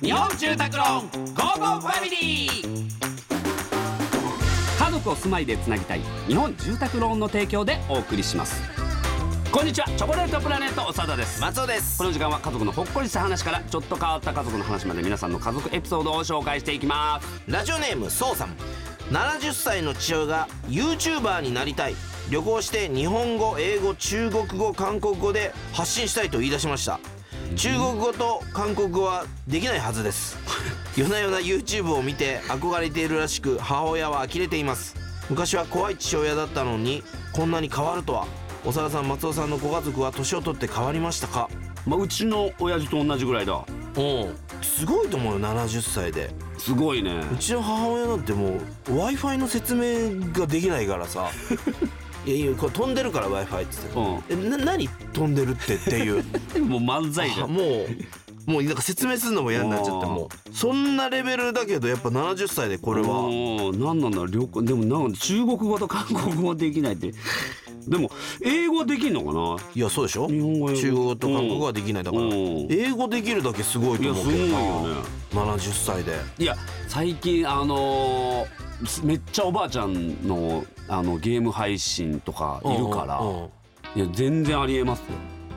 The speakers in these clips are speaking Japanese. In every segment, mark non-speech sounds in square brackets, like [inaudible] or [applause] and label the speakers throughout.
Speaker 1: 日本住宅ローンゴーゴーファミリー家族を住まいでつなぎたい日本住宅ローンの提供でお送りしますこんにちはチョコレートプラネット長田です
Speaker 2: 松尾です
Speaker 1: この時間は家族のほっこりした話からちょっと変わった家族の話まで皆さんの家族エピソードを紹介していきます
Speaker 2: ラジオネームそうさん70歳の父親が YouTuber になりたい旅行して日本語英語中国語韓国語で発信したいと言い出しました中国語と韓国語はできないはずです [laughs] 夜な夜な YouTube を見て憧れているらしく母親は呆れています昔は怖い父親だったのにこんなに変わるとは長田さん松尾さんのご家族は年を取って変わりましたか
Speaker 1: まあ、うちの親父と同じぐらいだ
Speaker 2: うんすごいと思うよ70歳です
Speaker 1: ごいね
Speaker 2: うちの母親なんてもう w i f i の説明ができないから [laughs] さいやいやこれ飛んでるから w i f i っつって、
Speaker 1: うん
Speaker 2: えな何飛んでるってっていう
Speaker 1: もう漫才じゃ
Speaker 2: [laughs] あ
Speaker 1: ん
Speaker 2: もうもうなんか説明するのも嫌になっちゃって
Speaker 1: あー
Speaker 2: もうそんなレベルだけどやっぱ70歳でこれは
Speaker 1: うんなんなんだろう旅行でもなんか中国語と韓国語できないってでも英語できんのか
Speaker 2: いやそうでしょ
Speaker 1: 日本語英語
Speaker 2: 中国語と韓国語はできないだから、
Speaker 1: うん
Speaker 2: 英語できるだけすごいと思うけど
Speaker 1: いやすごいよね
Speaker 2: な70歳で
Speaker 1: ないや最近あのーすめっちゃおばあちゃんのあのゲーム配信とかいるから、
Speaker 2: うんうん
Speaker 1: いや全然ありえますよ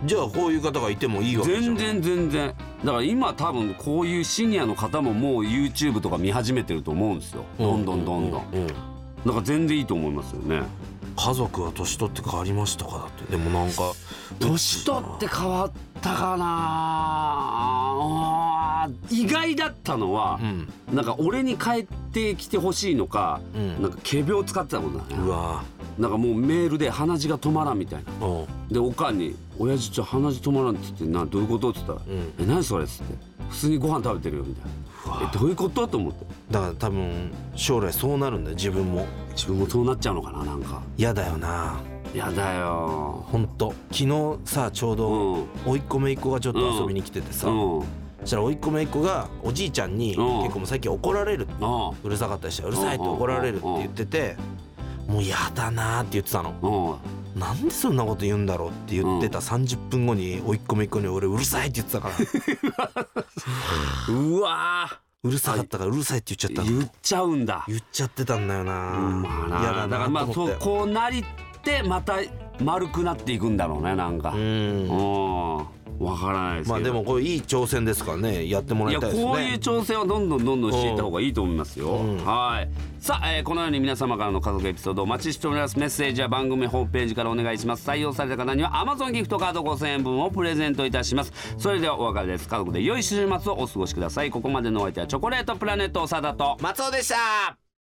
Speaker 2: じゃあこういう方がいてもいいわけじゃん
Speaker 1: 全然全然だから今多分こういうシニアの方ももう YouTube とか見始めてると思うんですよどんどんどんどん
Speaker 2: ううん
Speaker 1: だから全然いいと思いますよね
Speaker 2: 家族は年取って変わりましたかだってでもなんか
Speaker 1: 年取って変わったかなあー意外だったのは
Speaker 2: う、ん
Speaker 1: なんか俺に帰ってきてほしいのか、
Speaker 2: うん
Speaker 1: なんか仮病使ってたもんな
Speaker 2: うわ
Speaker 1: なんかもうメールで鼻血が止まらんみたいな
Speaker 2: うん
Speaker 1: でおかんに「親父ちょ鼻血止まらん」って言って「などういうこと?」って言ったら「
Speaker 2: うん
Speaker 1: え何それ?」っつって「普通にご飯食べてるよ」みたいな「えどういうこと?」と思って
Speaker 2: だから多分将来そうなるんだよ自分も
Speaker 1: 自分もそうなっちゃうのかななんか
Speaker 2: 嫌だよな
Speaker 1: やだよ
Speaker 2: ほんと昨日さちょうど
Speaker 1: うん
Speaker 2: 甥っ子姪っ子がちょっと遊びに来ててさ、
Speaker 1: うん
Speaker 2: そしたら甥っ子姪っ子がおじいちゃんに
Speaker 1: うん
Speaker 2: 結構もう最近怒られる
Speaker 1: あ
Speaker 2: うるさかったりして「うるさい」って怒られるって言っててもう嫌だなーって言ってたの
Speaker 1: あうん
Speaker 2: なんでそんなこと言うんだろうって言ってた30分後に甥っ子姪っ子に俺うるさいって言ってたから
Speaker 1: [laughs] うわー
Speaker 2: うるさかったからうるさいって言っちゃったの
Speaker 1: 言っちゃうんだ
Speaker 2: 言っちゃってたんだよな
Speaker 1: まあな
Speaker 2: 嫌だ
Speaker 1: だからま
Speaker 2: な
Speaker 1: あ
Speaker 2: と
Speaker 1: そ
Speaker 2: 思っ
Speaker 1: う
Speaker 2: て
Speaker 1: こうなりってまた丸くなっていくんだろうねなんか
Speaker 2: う
Speaker 1: うん
Speaker 2: ん
Speaker 1: わからないですけど
Speaker 2: まあでもこれいい挑戦ですからねやってもら
Speaker 1: い
Speaker 2: い
Speaker 1: や
Speaker 2: た
Speaker 1: こ
Speaker 2: いですね
Speaker 1: ういう挑戦はどんどんどんどんしていった方がいいと思いますよ、
Speaker 2: うん
Speaker 1: はいさあ、えーこのように皆様からの家族エピソードお待ちしておりますメッセージは番組ホームページからお願いします採用された方には Amazon ギフトカード5000円分をプレゼントいたしますそれではお別れです家族で良い週末をお過ごしくださいここまでのお相手はチョコレートプラネット長田と
Speaker 2: 松尾でした